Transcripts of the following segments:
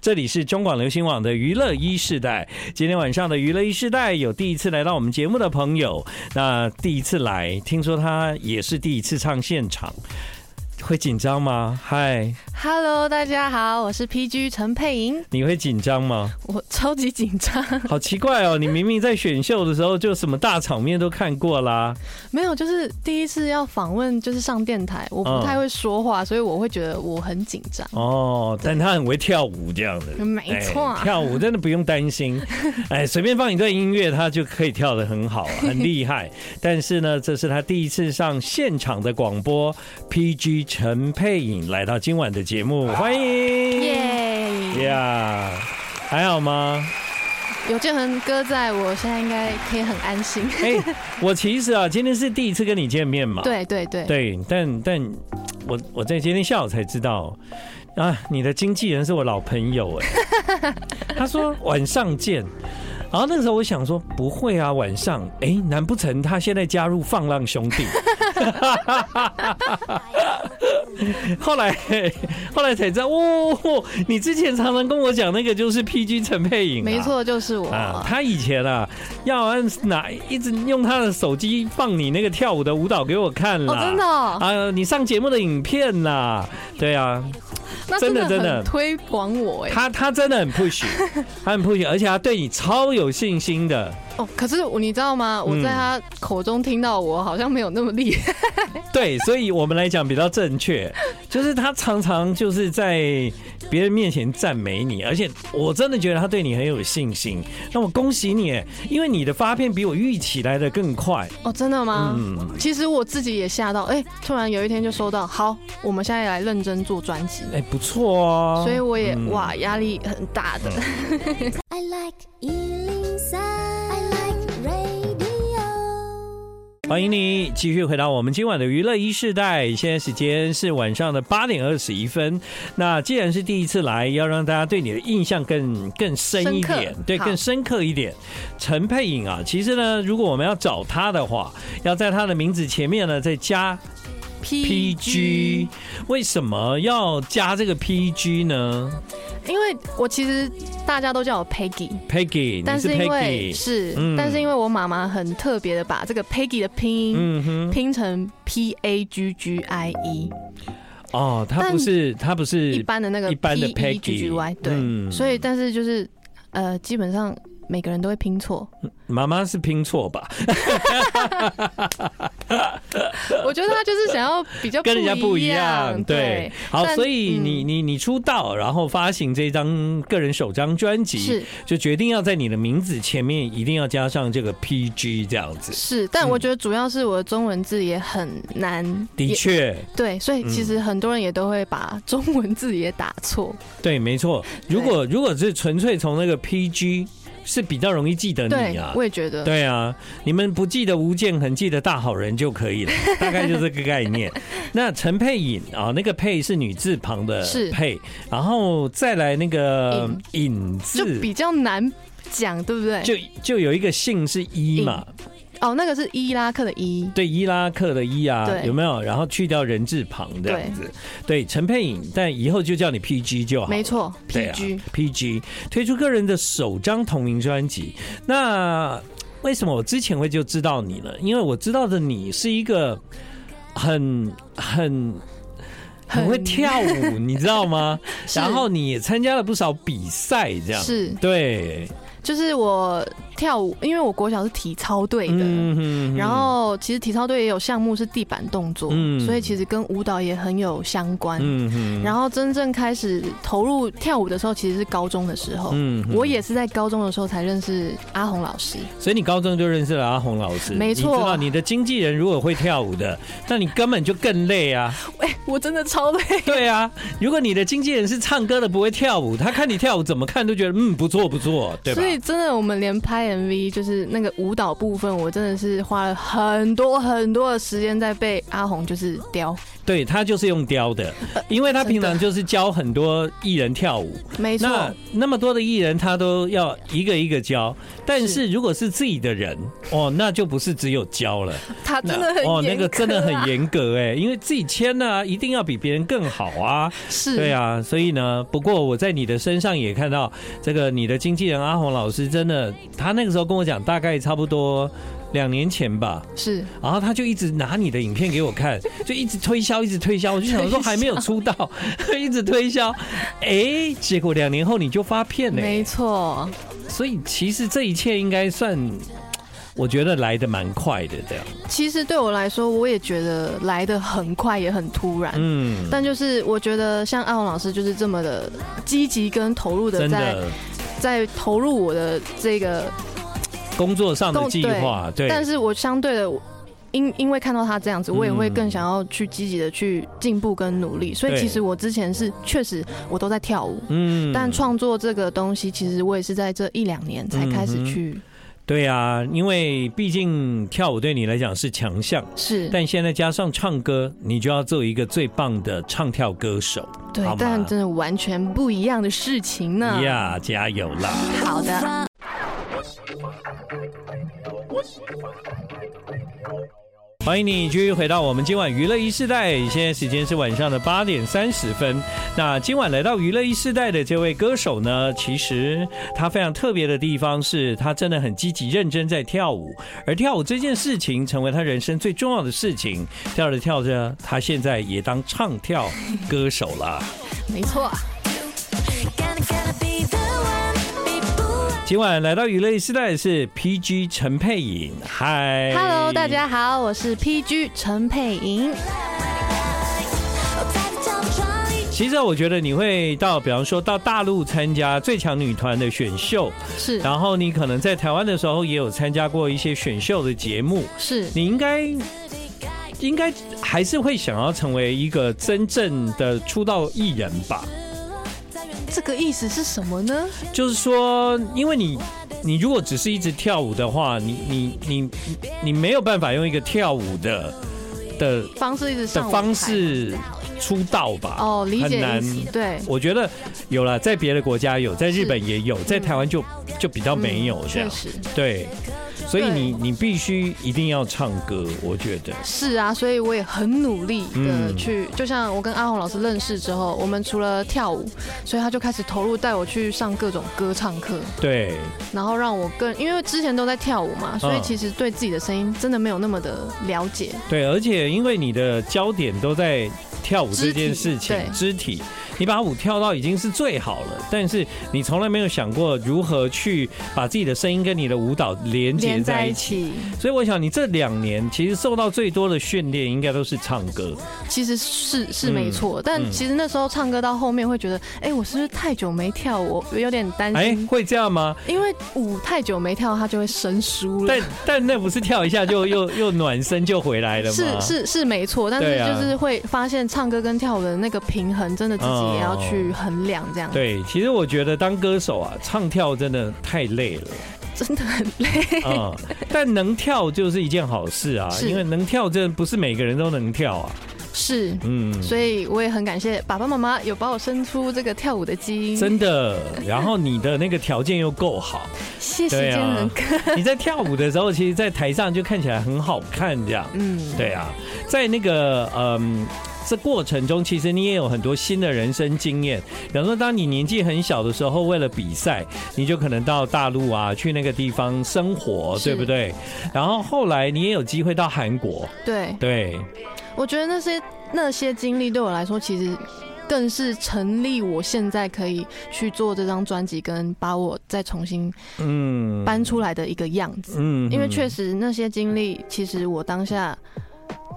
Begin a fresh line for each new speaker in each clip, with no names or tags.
这里是中广流行网的娱乐一世代。今天晚上的娱乐一世代有第一次来到我们节目的朋友，那第一次来，听说他也是第一次唱现场，会紧张吗？嗨，
Hello，大家好，我是 PG 陈佩莹，
你会紧张吗？
我超级紧张，
好奇怪哦，你明明在选秀的时候就什么大场面都看过啦。
没有，就是第一次要访问，就是上电台，我
嗯
不太会说话，所以我会觉得我很紧张。
哦，但他很会跳舞这样的，
没错
哎跳舞真的不用担 心，哎，随便放一段音乐，他就可以跳得很 好，很厉害。但是呢，这是他第一次上现场的广播，PG 陈佩颖来到今晚的节目，欢迎，
啊耶！
呀还好吗？
有建恒哥在我现在应该可以很 安心。
哎、我其实啊，今天是第一次跟你见面嘛，
对对对，
对，但但我我在今天下午才知道，啊，你的经纪人是我老朋友 哎、他说晚上见。然后那个时候我想说不会啊，晚上哎，诶难不成他现在加入放浪兄弟？ 后来后来才知道哦，你之前常常跟我讲那个就是 PG 陈佩颖、啊，
没错，就是我。
啊，他以前啊，要按哪一直用他的手机放你那个跳舞的舞蹈给我看啦。
哦，真的、哦，
啊，你上节目的影片啦，对啊，
那
真
真
的
的
真的
很推广我哎。
他他真的很 push，他 很 push，而且他对你超有信心的。
哦，可是我你知道吗？我
嗯
在他口中听到我好像没有那么厉害。
对，所以我们来讲比较正确，就是他常常就是在别人面前赞美你，而且我真的觉得他对你很有信心。那我恭喜你，因为你的发片比我预期来的更快。
哦，真的吗？
嗯，
其实我自己也吓到，哎、突然有一天就收到，好，我们现在来认真做专辑，
哎、不错哦。
所以我也、
嗯
哇，压力很大的。
I like Ealing Sound. I like radio.
欢迎你继续回到我们今晚的娱乐一世代，现在时间是晚上的八点二十一分。那既然是第一次来，要让大家对你的印象更更深一点
深刻，
对，
好
更深刻一点。陈佩颖啊，其实呢，如果我们要找她的话，要在她的名字前面呢再加 PG，为什么要加这个 PG 呢
因为我其实大家都叫我 Peggy，
？Peggy，
但
你是
是因为
Peggy，
是，
嗯
但是因为我妈妈很特别的把这个 Peggy 的拼音。
嗯哼，
拼成 P A G G I E，
哦，她
但
不是，她不
一
是
般的那个
一般
P
的
E G G Y，
Peggy，
对，
嗯
所以但是就是呃，基本上每个人都会拼错，
妈妈是拼错吧？
我觉得他就是想要比 较
跟人家不一样，对
对，。
好，
但
所以你
嗯
你你出道，然后发行这张个人首张专辑，
是
就决定要在你的名字前面一定要加上这个 PG 这样子。
是，但
嗯
我觉得主要是我的中文字也很难，
的
也
确，
对，所以其
嗯
实很多人也都会把中文字也打错，
对，没错。如果如果是纯粹从那个 PG，是比较容易记得你
对
啊，。
我也觉得，
对啊，你们不记得吴建衡，记得大好人就可以 了，大概就这个概念。那陈佩颖啊，那个佩是女字旁的
是
佩，然后再来那个颖字，
就比较难讲，对不对？
就就有一个姓是伊嘛，
哦，那个是伊拉克的伊，
对，伊拉克的伊啊，
对
有没有？然后去掉人字旁这样子，对，陈佩颖，但以后就叫你 PG 就好了。
没错
对啊
，PG。
PG 推出个人的首张同名专辑，那为什么我之前会就知道你呢？因为我知道的你是一个很很。很会
很
跳舞，你知道 吗？
是
然后你也参加了不少比赛，这样
是
对，
就是我跳舞，因为我国小是体操队的。
嗯哼
然后，其实体操队也有项目是地板动作，
嗯
所以其实跟舞蹈也很有相关。
嗯哼
然
后
后真正开始投入跳舞的时候，其实是高中的时候。
嗯哼
哦我也是在高中的时候才认识阿红老师，
所以你高中就认识了阿红老师，
没错
你知道你的经纪人如果会跳舞的，那你根本就更累 啊。
哎、我真的超累，
对啊，如果你的经纪人是唱歌的不会跳舞，他看你跳舞怎么看都觉得嗯不错不错，对吧
所？以真的我们连拍拍 MV，就是那个舞蹈部分，我真的是花了很多很多的时间在被阿红就是雕，
对他就是用雕的，
呃
因为他平常就是教很多艺人跳舞，
没错，
那那么多的艺人他都要一个一个教，但是如果是自己的人哦，那就不是只有教了，
他真的很
哦那
严
个
格
真的
啊
很严格哎，因为自己签呢、一定要比别人更好啊，
是，
对啊，所以呢，不过我在你的身上也看到这个你的经纪人阿红老师真的，他那个时候跟我讲，大概差不多两年前 吧，
是
然后他就一直拿你的影片给我看，就一直推销，一直推销。我就想说还没有出道， 一直推销，哎，结果两年后你就发片呢。
没错，
所以其实这一切应该算，我觉得来的蛮快的，这样。
其实对我来说，我也觉得来的很快，也很突然。
嗯，
但就是我觉得像阿红老师就是这么的积极跟投入的
真
在
的，
在投入我的这个，
工作上的
动
计划，对，嗯
但是我相对的因因为看到他这样子，我也会更想要去积极的去进步跟努力。所以
对
其实我之前是确实我都在跳舞，
嗯
但创作这个东西其实我也是在这一两年才开始
嗯
去
对啊，因为毕竟跳舞对你来讲是强项，
试。
但现在加上唱歌，你就要做一个最棒的唱跳歌手。
对
好嘛，
但真的完全不一样的事情呢。
呀，加油啦！
好的。
欢迎你继续回到我们今晚娱乐一世代，现在时间是晚上的八点三十分。那今晚来到娱乐一世代的这位歌手呢，其实他非常特别的地方是他真的很积极认真在跳舞，而跳舞这件事情成为他人生最重要的事情。跳着跳着，他现在也当唱跳歌手了。
没错，
Gotta, gotta be the one, be blue.
今晚来到娱乐一世代的是 PG 陈佩颖，嗨
Hello，大。家好，我是 PG 陈佩莹。
Oh, daddy, don't try.
其实我觉得你会到，比方说到大陆参加最强女团的选秀，
是
然后你可能在台湾的时候也有参加过一些选秀的节目，
是，
你应该应该还是会想要成为一个真正的出道艺人吧？
这个意思是什么呢？
就是说，因为你。你如果只是一直跳舞的话，你你你你你没有办法用一个跳舞的的
方式一直
的
上舞台
方式出道吧？
哦，理
很
解
难
意思，对，
我觉得有了，在别的国家有，在日本也有，在台湾就就比较没有
嗯
这
确
样。
实
对，所以你你必须一定要唱歌，我觉得。
是啊，所以我也很努力的
嗯
去，就像我跟阿红老师认识之后，我们除了跳舞，所以他就开始投入带我去上各种歌唱课，
对，
然后让我更，因为之前都在跳舞嘛，所以
嗯
其实对自己的声音真的没有那么的了解，
对，而且因为你的焦点都在跳舞这件事情肢
肢体，对
体，你把舞跳到已经是最好了，但是你从来没有想过如何去把自己的声音跟你的舞蹈连接
连
在
在
一
一
起。
起。
所以我想，你这两年其实受到最多的训练，应该都是唱歌。
其实是是
嗯
没错，但其实那时候唱歌到后面会觉得，哎、我是不是太久没跳舞？我有点担
哎、
心，
会这样 吗？
因为舞太久没跳，它就会生疏了
但。但那不是跳一下就又又暖身就回来了吗？
是，是是没错，但是
对啊
就是会发现唱歌跟跳舞的那个平衡，真的自己也要
哦
去衡量，这样、
对。其实我觉得当歌手啊，唱跳真的太累 了
真的很 累。
啊、嗯但能跳就是一件好事啊，
是
因为能跳真的不是每个人都能跳啊。
是，
嗯，
所以我也很感谢爸爸妈妈有把我生出这个跳舞的基因，
真的。然后你的那个条件又够好，
谢谢
对
真
啊
的很哥。
你在跳舞的时候，其实，在台上就看起来很好看这样。
嗯，
对啊，在那个嗯。这过程中，其实你也有很多新的人生经验。比方说，当你年纪很小的时候，为了比赛，你就可能到大陆啊，去那个地方生活，
是
对不对？然后后来你也有机会到韩国，
对，
对，
我觉得那些那些经历对我来说，其实更是成立我现在可以去做这张专辑，跟把我再重新
嗯，
搬出来的一个样子。
嗯
因为确
实
实那些经历，其实我当下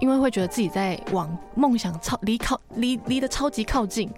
因为会觉得自己在往梦想超离靠离离得超级靠近，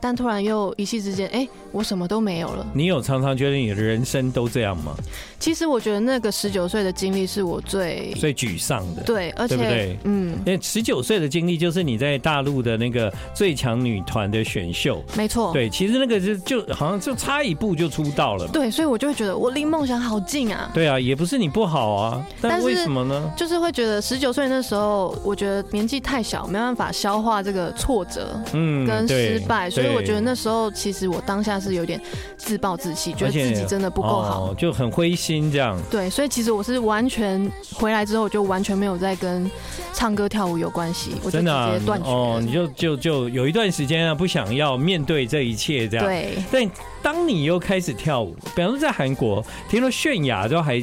但突然又一夕之间，哎、我什么都没有了。
你有常常觉得你的人生都这样吗？
其实我觉得那个十九岁的经历是我最
最沮丧的。
对，而
对
且
不对
嗯，
因为十九岁的经历就是你在大陆的那个最强女团的选秀，
没错，
对，其实那个就就好像就差一步就出道了嘛。
对，所以我就会觉得我离梦想好近啊。
对啊，也不是你不好啊，但
但是
为什么呢？
就是会觉得十九岁那时候，我觉得年纪太小，没办法消化这个挫折
嗯
跟失败，所以我觉得。
对对
那时候其实我当下是有点自暴自弃，觉得
且
自己真的不够好。
哦，就很灰心这样。
对，所以其实我是完全回来之后，我就完全没有再跟唱歌跳舞有关系，我就直
真的、啊
接断、绝了。
哦，你就就就有一段时间啊，不想要面对这一切这样。
对，
但当你又开始跳舞，比方说在韩国，听说泫雅都还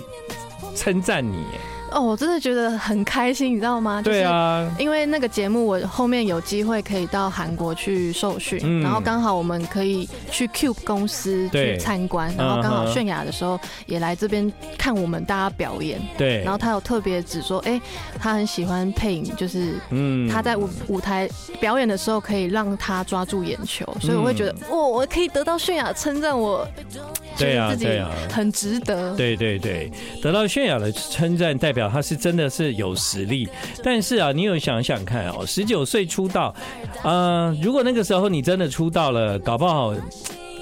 称赞你耶，
哦，我真的觉得很开心，你知道吗？
对。啊，
因为那个节目，我后面有机会可以到韩国去受训，
嗯
然后刚好我们可以去 Cube 公司
对
去参观，然后刚
嗯
好
哼
泫雅的时候也来这边看我们大家表演，
对，
然后她有特别指说，哎、她很喜欢配影，就是
嗯
她在舞舞台表演的时候可以让她抓住眼球，
嗯
所以我会觉得，哦，我可以得到泫雅称赞我，觉
对
得
啊
自己
对啊
很值得，
对对对，得到泫雅的称赞，代表她是真的是有实力。但是啊，你有想想看哦，十九岁出道，呃，如果那个时候你真的出道了，搞不好，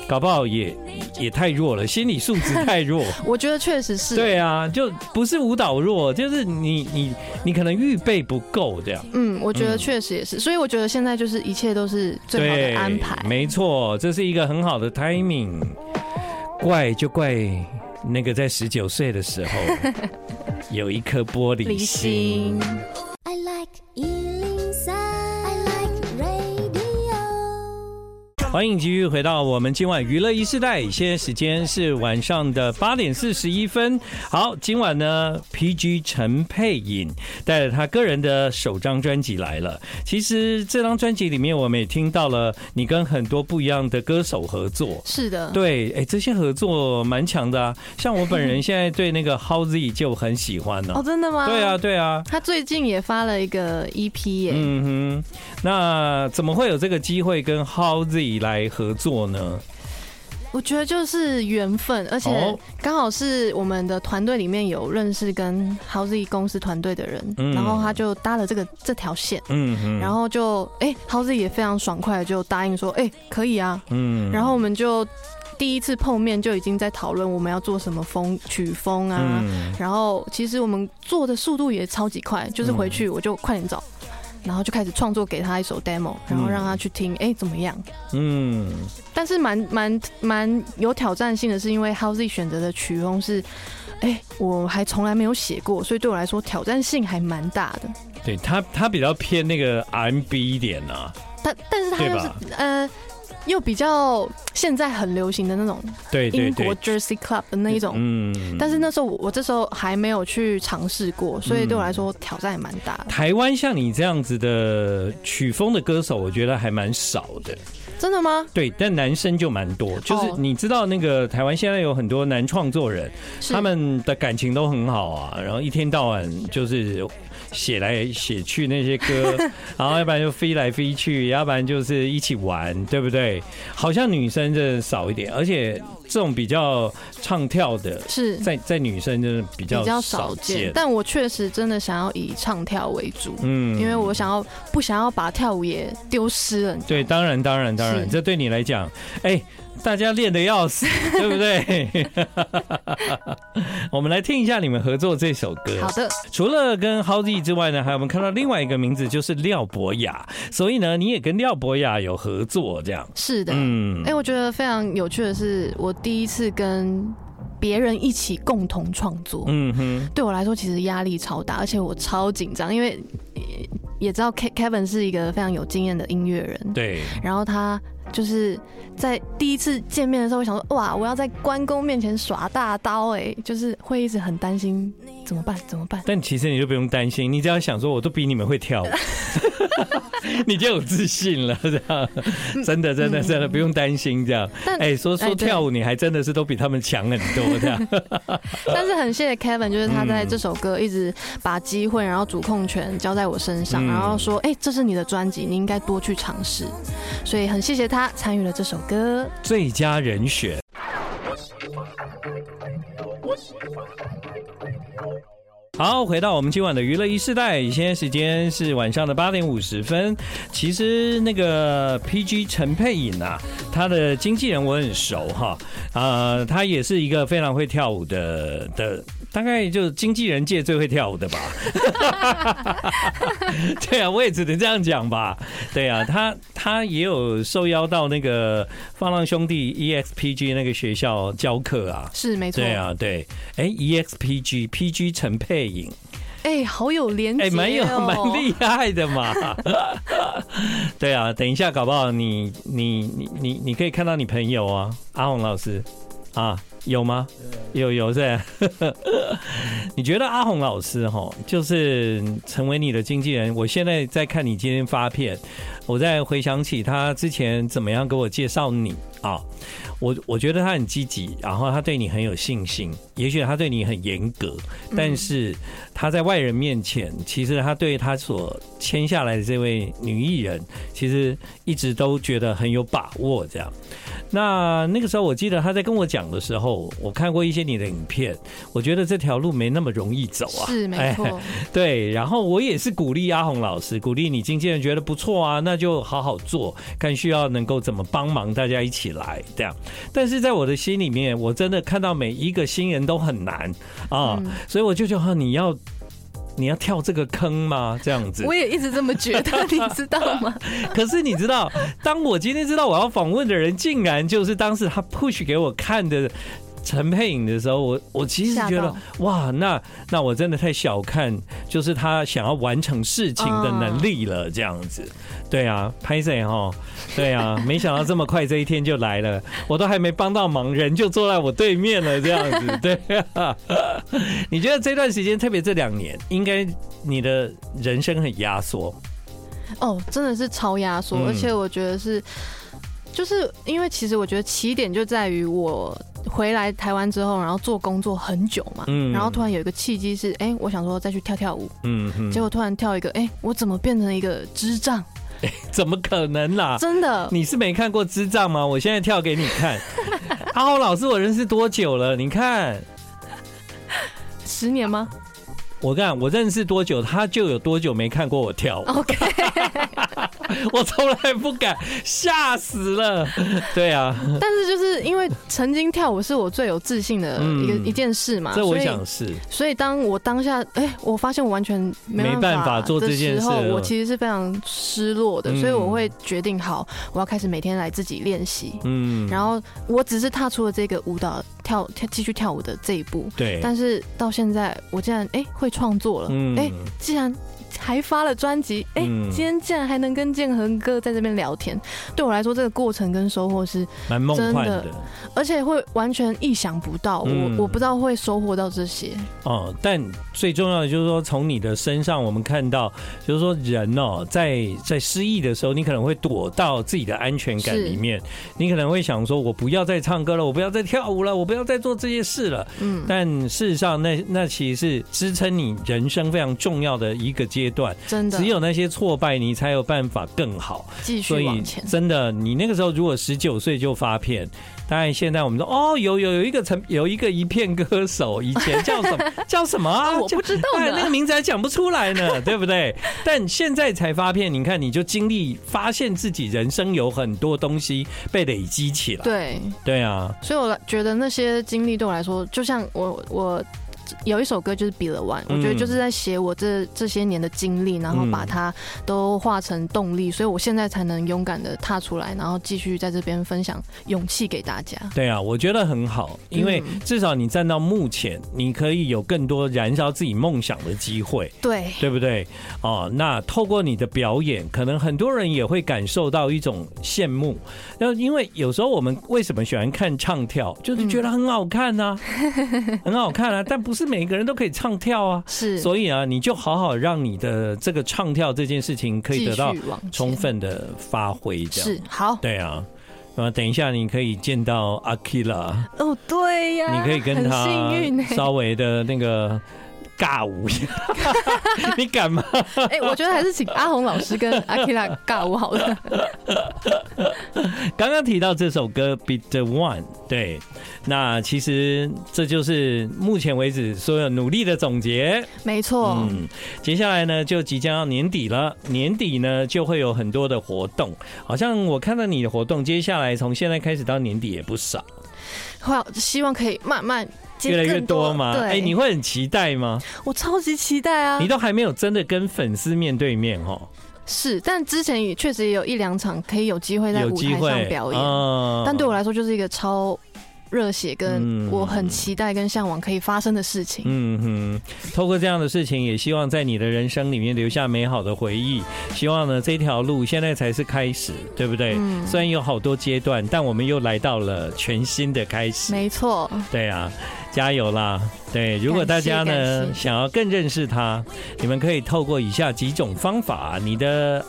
搞不好也也太弱了，心理素质太弱。
我觉得确实是，
对啊，就不是舞蹈弱，就是你你你可能预备不够这样。
嗯，我觉得
嗯
确实也是，所以我觉得现在就是一切都是最好
对
的安排。
没错，这是一个很好的 timing。怪就怪那个在十九岁的时 候有一颗玻璃
离
心
心。
I like Ealing Sound. I like radio.
欢迎继续回到我们今晚娱乐一世代，现在时间是晚上的八点四十一分。好，今晚呢，PG 陈佩颖带着她个人的首张专辑来了。其实这张专辑里面，我们也听到了你跟很多不一样的歌手合作。
是 的，
对，哎、这些合作蛮强的啊。像我本人现在对那个 Howzy 就很喜欢呢、
哦，真的吗？
对啊，，对啊。
他最近也发了一个 EP 耶，
嗯哼，那怎么会有这个机会跟 Howzy 来合作呢？
我觉得就是缘分，而且
哦
刚好是我们的团队里面有认识跟 Howzy 公司团队的人，
嗯
然后他就搭了这个这条线。
嗯哼，
然后就哎、h o w z y 也非常爽快地就答应说，哎、可以啊。
嗯
然后我们就第一次碰面就已经在讨论我们要做什么风曲风啊，
嗯，
然后其实我们做的速度也超级快，就是回
嗯
去我就快点找，然后就开始创作给他一首 demo，然后让他去听，哎、怎么样？
嗯，
但是蛮蛮蛮有挑战性的，是因为 Howzy 选择的曲风是，哎、我还从来没有写过，所以对我来说挑战性还蛮大的。
对他他比较偏那个 RMB 一点啊，
但但是他
对
又
吧
是呃。又比较现在很流行的那种
对对
英国
对，
Jersey Club 的那一种，
嗯
但是那时候我我这时候还没有去尝试过，所以对我来说挑战也蛮大的。
台湾像你这样子的曲风的歌手，我觉得还蛮少的。
真的吗？
对，但男生就蛮多，就是
哦
你知道那个台湾现在有很多男创作人，
是
他们的感情都很好啊，然后一天到晚就是写来写去那些 歌，然后要不然就飞来飞去，要不然就是一起玩，对不对？好像女生真的少一点，而且这种比较唱跳的，
是
在在女生真的比较
比较
少
少
见
见，。但我确实真的想要以唱跳为主，
嗯
因为我想要不想要把跳舞也丢失了。
对，当然，当然，当然，
是
这对你来讲，哎、大家练的要 死，对不对？ 我们来听一下你们合作这首歌。
好的，
除了跟 Howdy 之外呢，还有我们看到另外一个名字就是廖博雅，所以呢，你也跟廖博雅有合作，这样。
是的。哎、
嗯，
我觉得非常有趣的是，我第一次跟别人一起共同创作，
嗯哼，
对我来说其实压力超大，而且我超紧张，因为呃也知道 Ke- Kevin 是一个非常有经验的音乐人，
对，
然后他就是在第一次见面的时候，我想说，哇，我要在关公面前耍大刀、哎，就是会一直很担心怎么办，怎么办。
但其实你就不用担心，你只要想说，我都比你们会跳舞， 你就有自信了，这样真的真的真的不用担心这样。
嗯但
哎，说
哎
说
对
跳舞，你还真的是都比他们强很多这样。
但是很谢谢 Kevin，就是他在
嗯
这首歌一直把机会，然后主控权交在我身上，
嗯
然后说，哎、这是你的专辑，你应该多去尝试。所以很谢谢他参与了这首歌。
最佳人选。好，回到我们今晚的娱乐一世代，现在时间是晚上的八点五十分。其实那个 PG 陈佩颖啊，她的经纪人我很熟哈，呃，她也是一个非常会跳舞的的，大概就是经纪人界最会跳舞的吧。 对啊，我也只能这样讲吧。对啊，她她也有受邀到那个放浪兄弟 E EXPG 那个学校教课啊。
是没错，
对啊，对，哎，EXPG PG 陈佩颖，
哎、好有连接、
哎，
哦，
蛮有蛮厉害的嘛。 对啊，等一下，搞不好你你你你你可以看到你朋友啊，阿红老师啊，有吗？有有是不是。 你觉得阿红老师哈，就是成为你的经纪人？我现在在看你今天发片，我在回想起他之前怎么样给我介绍你啊。我我觉得他很积极，然后他对你很有信心，也许他对你很严格，但是他在外人面前，其实他对他所签下来的这位女艺人，其实一直都觉得很有把握。这样，那那个时候我记得他在跟我讲的时候，我看过一些你的影片，我觉得这条路没那么容易走啊。
是没错，
对，然后我也是鼓励阿红老师，鼓励你经纪人觉得不错啊，那就好好做，看需要能够怎么帮忙，大家一起来这样。但是在我的心里面，我真的看到每一个新人都很难 啊，
嗯
所以我就觉得啊你要你要跳这个坑吗？这样子
我。也一直这么觉得，你知道 吗？
可是你知道，当我今天知道我要访问的人，竟然就是当时他 push 给我看的。陈佩颖的时候，我我其实觉
吓
得
到
哇，那那我真的太小看，就是他想要完成事情的能力了，这样子。对啊，拍谁哈？对啊，没想到这么快这一天就来了，我都还没帮到忙，人就坐在我对面了，这样 子。对啊，你觉得这段时间，特别这两年，应该你的人生很压缩，
哦，真的是超压缩，
嗯
而且我觉得是，就是因为其实我觉得起点就在于我回来台湾之后，然后做工作很久嘛，
嗯
然后突然有一个契机是，哎、我想说再去跳跳舞，
嗯哼
结果突然跳一个，哎、我怎么变成一个智障？
怎么可能啦？
真的，
啊你是没看过智障吗？我现在跳给你 看。阿豪老师，我认识多久了？你看，
十 年吗
我看我认识多久，他就有多久没看过我跳舞。
？OK，
我从来不敢，吓死了。对啊，
但是就是因为曾经跳舞是我最有自信的一个、
嗯
一件事嘛，
这我
啊所以
想是
所以当我当下，哎、我发现我完全没
没办法做这件事
的时候，
了
我其实是非常失落的，
嗯
所以我会决定好，我要开始每天来自己练习。
嗯，
然后我只是踏出了这个舞蹈跳跳继续跳舞的这一步，
对，
但是到现在我竟然哎、会创作了，哎、
嗯
既然还发了专辑，哎、
嗯
今天竟然还能跟建恒哥在这边聊天，对我来说这个过程跟收获是，
蛮梦幻
真
的
而且会完全意想不到，
嗯
我我不知道会收获到这些，
哦。但最重要的就是说，从你的身上我们看到，就是说人哦，在在失意的时候，你可能会躲到自己的安全感
是
里面，你可能会想说，我不要再唱歌了，我不要再跳舞了，我不要再做这些事了。
嗯，
但事实上那，那其实是支撑你人生非常重要的一个阶段。
真的
只有那些挫败，你才有办法更好。
继
所
续
以
往前，
真的，你那个时候如果十九岁就发片，当然现在我们说哦，有有有一个成有一个一片歌手，以前叫什 么叫什么啊？
啊我
叫
不知道
哎，那个
呢。
名字还讲不出来呢， 对不对？但现在才发片，你看你就经历，发现自己人生有很多东西被累积起来。
对，
对啊，
所以我觉得那些经历对我来说，就像我我有一首歌就是《比了玩》，
嗯
我觉得就是在写我这这些年的经历，然后把它都化成动力，所以我现在才能勇敢的踏出来，然后继续在这边分享勇气给大家。
对啊，我觉得很好，因为
嗯
至少你站到目前，你可以有更多燃烧自己梦想的机会，
对，
对不对？哦，那透过你的表演，可能很多人也会感受到一种羡慕。那因为有 时候我们为什么喜欢看唱跳，就是觉得很好看呐、很好看啊，但不是每个人都可以唱跳啊。
是，
所以啊，你就好好让你的这个唱跳这件事情可以
继
得到
续往前
充分的发挥，这样
是好
对啊。那等一下你可以见到阿 k i l a
哦，对呀、
你可以跟
很
他
幸运哎、
稍微的那个尬舞一下， 你敢吗？
哎、我觉得还是请阿红老师跟阿 k i l a 尬舞好了。
刚刚提到这首歌《Be the One》，对，那其实这就是目前为止所有努力的总结。
没错，
嗯，接下来呢，就即将要年底了，年底呢就会有很多的活动，好像我看到你的活动，接下来从现在开始到年底也不少，
好，希望可以慢慢接
越来越
更多
多嘛。
对，
哎、你会很期待吗？
我超级期待啊
你！都还没有真的跟粉丝面对面哦，
是，但之前也确实也有一两场可以有机会在
有
舞
机
台上
会
表演，
嗯
但对我来说就是一个超热血，跟
嗯
我很期待跟向往可以发生的事情。
嗯哼，透过这样的事情，也希望在你的人生里面留下美好的回忆。希望呢，这条路现在才是开始，对不对？
嗯
虽然有好多阶段，但我们又来到了全新的开始。
没错，
对啊，加油啦！对，如果大家呢
感谢
想要更认识他，你们可以透过以下几种方法：你的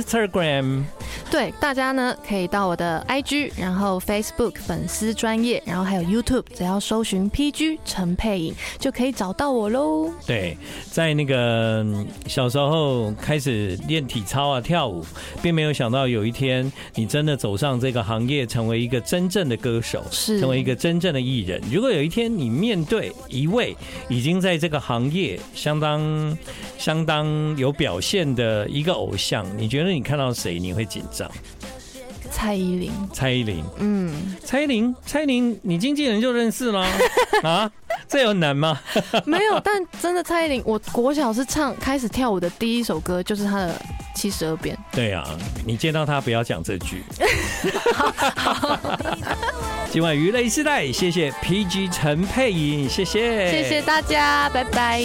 Instagram，
对大家呢可以到我的 IG，然后 Facebook 粉丝专业，然后还有 YouTube，只要搜寻 PG 陈佩颖就可以找到我喽。
对，在那个嗯小时候开始练体操啊、跳舞，并没有想到有一天你真的走上这个行业，成为一个真正的歌手。
是，
成为一个真正的艺人。如果有一天你面对一位已经在这个行业相当相当有表现的一个偶像，你觉得你看到谁你会紧张？
蔡依林，
蔡依林，
嗯，
蔡依林，蔡依林，你经纪人就认 识了啊？这有难吗？
没有，但真的蔡依林，我国小是唱开始跳舞的第一首歌就是她的《七十二变》。
对啊，你见到他不要讲这 句。今晚鱼雷时代，谢谢 PG 陈佩颖，谢谢，
谢谢大家，拜拜。